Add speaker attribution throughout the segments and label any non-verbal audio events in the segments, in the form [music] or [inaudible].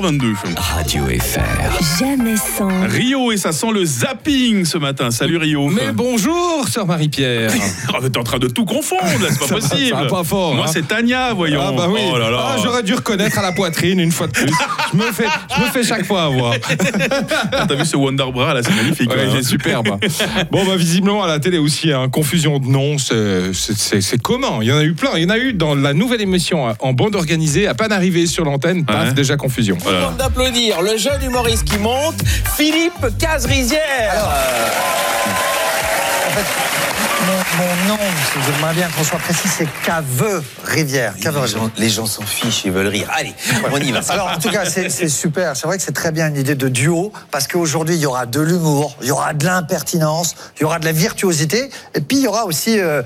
Speaker 1: 22.
Speaker 2: Radio FR.
Speaker 3: Jamais sans.
Speaker 1: Rio et ça sent le zapping ce matin. Salut Rio. [laughs]
Speaker 4: Mais bonjour, sœur Marie-Pierre.
Speaker 1: Oh, mais T'es en train de tout confondre là, c'est pas
Speaker 4: Ça va,
Speaker 1: possible.
Speaker 4: ça va pas fort,
Speaker 1: Moi
Speaker 4: hein.
Speaker 1: c'est Tania, voyons.
Speaker 4: Ah bah oui.
Speaker 1: Oh là là.
Speaker 4: Ah, j'aurais dû reconnaître à la poitrine une fois de plus. Je me fais, je me fais chaque fois
Speaker 1: [laughs]
Speaker 4: avoir.
Speaker 1: Ah, T'as vu ce Wonder Bra là, c'est magnifique.
Speaker 4: Ouais,
Speaker 1: hein.
Speaker 4: il est superbe. Bon, bah, visiblement, à la télé aussi, hein, confusion de noms, c'est- c'est c'est- c'est commun. Il y en a eu plein. Il y en a eu dans la nouvelle émission hein, en bande organisée, à peine arrivée sur l'antenne, paf,
Speaker 1: Ouais.
Speaker 4: déjà confusion.
Speaker 1: Voilà.
Speaker 5: d'applaudir le jeune humoriste qui monte, Philippe Casrizière.
Speaker 6: En fait, mon, mon nom, si vous aimeriez bien qu'on soit précis, c'est Caveux Rivière. Caveux
Speaker 5: les,
Speaker 6: Rivière.
Speaker 5: gens, les gens s'en fichent, ils veulent rire. Allez, on y va.
Speaker 6: Alors, en tout cas, c'est c'est super. C'est vrai que c'est très bien une idée de duo, parce qu'aujourd'hui, il y aura de l'humour, il y aura de l'impertinence, il y aura de la virtuosité, et puis il y aura aussi euh,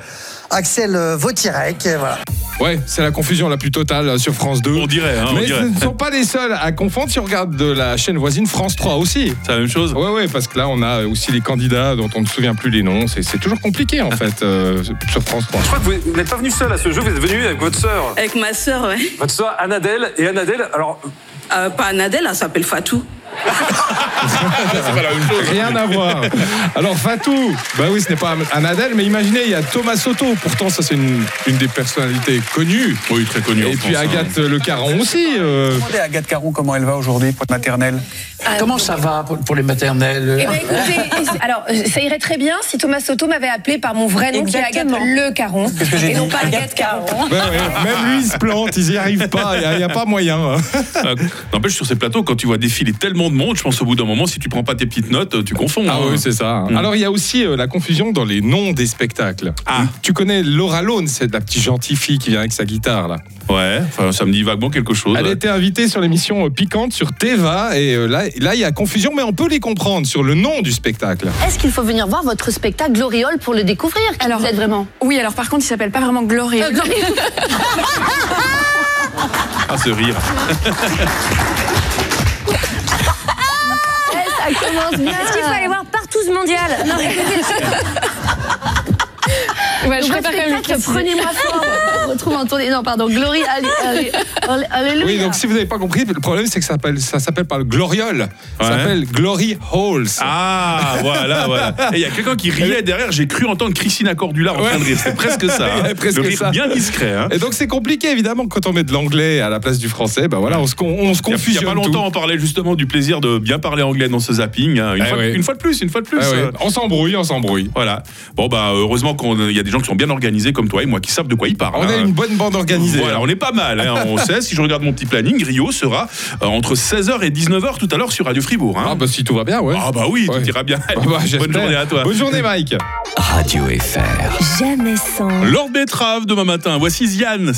Speaker 6: Axel euh, Vautirec. et Voilà.
Speaker 4: Ouais, c'est la confusion la plus totale euh, sur France 2.
Speaker 1: On dirait, hein, on
Speaker 4: Mais
Speaker 1: dirait.
Speaker 4: ce ne sont pas les seuls à confondre si on regarde de la chaîne voisine France 3 aussi.
Speaker 1: C'est la même chose.
Speaker 4: [laughs] Ouais, ouais, parce que là, on a aussi les candidats dont on ne se souvient plus les noms. C'est c'est toujours compliqué, en fait, euh, sur France 3.
Speaker 7: Je crois que vous vous n'êtes pas venu seul à ce jeu, vous êtes venu avec votre sœur.
Speaker 8: Avec ma sœur, ouais.
Speaker 7: Votre sœur Anadèle. Et Anadèle, alors,
Speaker 8: Euh, pas Nadel, elle s'appelle Fatou.
Speaker 4: Rien à voir. Alors, Fatou, bah oui, ce n'est pas un Adèle, mais imaginez, il y a Thomas Soto. Pourtant, ça, c'est une, une des personnalités connues.
Speaker 1: Oui, très connu. en
Speaker 4: Et puis
Speaker 1: France, hein.
Speaker 4: Agathe Le Caron aussi. euh,
Speaker 9: Demandez à Agathe Carou comment elle va aujourd'hui pour la maternelle.
Speaker 10: Comment ça va pour, pour les
Speaker 3: Eh
Speaker 10: maternelles
Speaker 3: ben, alors, euh, ça irait très bien si Thomas Soto m'avait appelé par mon vrai nom, qui est Agathe Le Caron, et non pas Agathe Caron.
Speaker 4: ben ouais, même lui, il se plante, ils n'y arrivent pas, il n'y a, il y a pas moyen. hein.
Speaker 1: Ah, N'empêche sur ces plateaux quand tu vois défiler tellement de monde, je pense au bout d'un moment si tu prends pas tes petites notes, tu confonds.
Speaker 4: Ah
Speaker 1: hein.
Speaker 4: oui, c'est ça. hein.
Speaker 1: Mm.
Speaker 4: Alors, il y a aussi euh, la confusion dans les noms des spectacles.
Speaker 1: Ah.
Speaker 4: Tu connais Laura Lone, c'est la petite gentille fille qui vient avec sa guitare, là.
Speaker 1: Ouais. Enfin, ça me dit vaguement quelque chose.
Speaker 4: Elle
Speaker 1: ouais.
Speaker 4: était invitée sur l'émission euh, Piquante sur Teva, et euh, là, là, il y a confusion, mais on peut les comprendre sur le nom du spectacle.
Speaker 3: Est-ce qu'il faut venir voir votre spectacle Gloriole pour le découvrir
Speaker 8: Alors-
Speaker 3: Vous êtes vraiment.
Speaker 8: Oui, alors par contre, il s'appelle pas vraiment
Speaker 3: Euh,
Speaker 8: Gloria.
Speaker 1: Ah ce rire.
Speaker 3: Ça commence bien. Est-ce qu'il faut aller voir partout ce mondial Non,
Speaker 8: Ouais,
Speaker 3: je spectacle, prenez-moi fort. On retrouve en tournée. Non, pardon, Glory, allez, allez, allez, alléluia.
Speaker 4: Oui, donc si vous n'avez pas compris, le problème c'est que ça s'appelle, ça s'appelle pas le Gloriole, ça
Speaker 1: Ouais.
Speaker 4: s'appelle Glory Halls.
Speaker 1: Ah voilà voilà. Et Il y a quelqu'un qui riait derrière. J'ai cru entendre Christina Cordula en train de rire. C'est
Speaker 4: [laughs]
Speaker 1: presque ça. hein.
Speaker 4: Ouais, presque
Speaker 1: Le rire
Speaker 4: ça.
Speaker 1: bien discret. Hein.
Speaker 4: Et donc c'est compliqué évidemment quand on met de l'anglais à la place du français, ben voilà, on se, con- on se
Speaker 1: Il y a- Il
Speaker 4: confusionne.
Speaker 1: n'y a pas
Speaker 4: tout.
Speaker 1: longtemps, on parlait justement du plaisir de bien parler anglais dans ce zapping. hein. Une,
Speaker 4: Eh
Speaker 1: fois,
Speaker 4: ouais. Eh
Speaker 1: une fois de plus, une fois de plus.
Speaker 4: Ouais, ouais.
Speaker 1: euh,
Speaker 4: Ah On s'embrouille, on s'embrouille.
Speaker 1: Voilà. Bon, bah, heureusement qu'il y a des gens qui sont bien organisés comme toi et moi qui savent de quoi ils parlent.
Speaker 4: On a
Speaker 1: hein.
Speaker 4: une bonne bande organisée.
Speaker 1: Voilà, on est pas mal. hein. On sait, si je regarde mon petit planning, Rio sera euh, entre 16h et 19h tout à l'heure sur Radio Fribourg. hein.
Speaker 4: Ah bah si tout va bien, ouais.
Speaker 1: Ah bah oui,
Speaker 4: Ouais.
Speaker 1: tu iras bien.
Speaker 4: Bah, bah, j'espère.
Speaker 1: Bonne journée à toi.
Speaker 4: Bonne journée Mike.
Speaker 2: Radio FR.
Speaker 3: Jamais sans.
Speaker 1: Lord Betrave demain matin. Voici Ziane.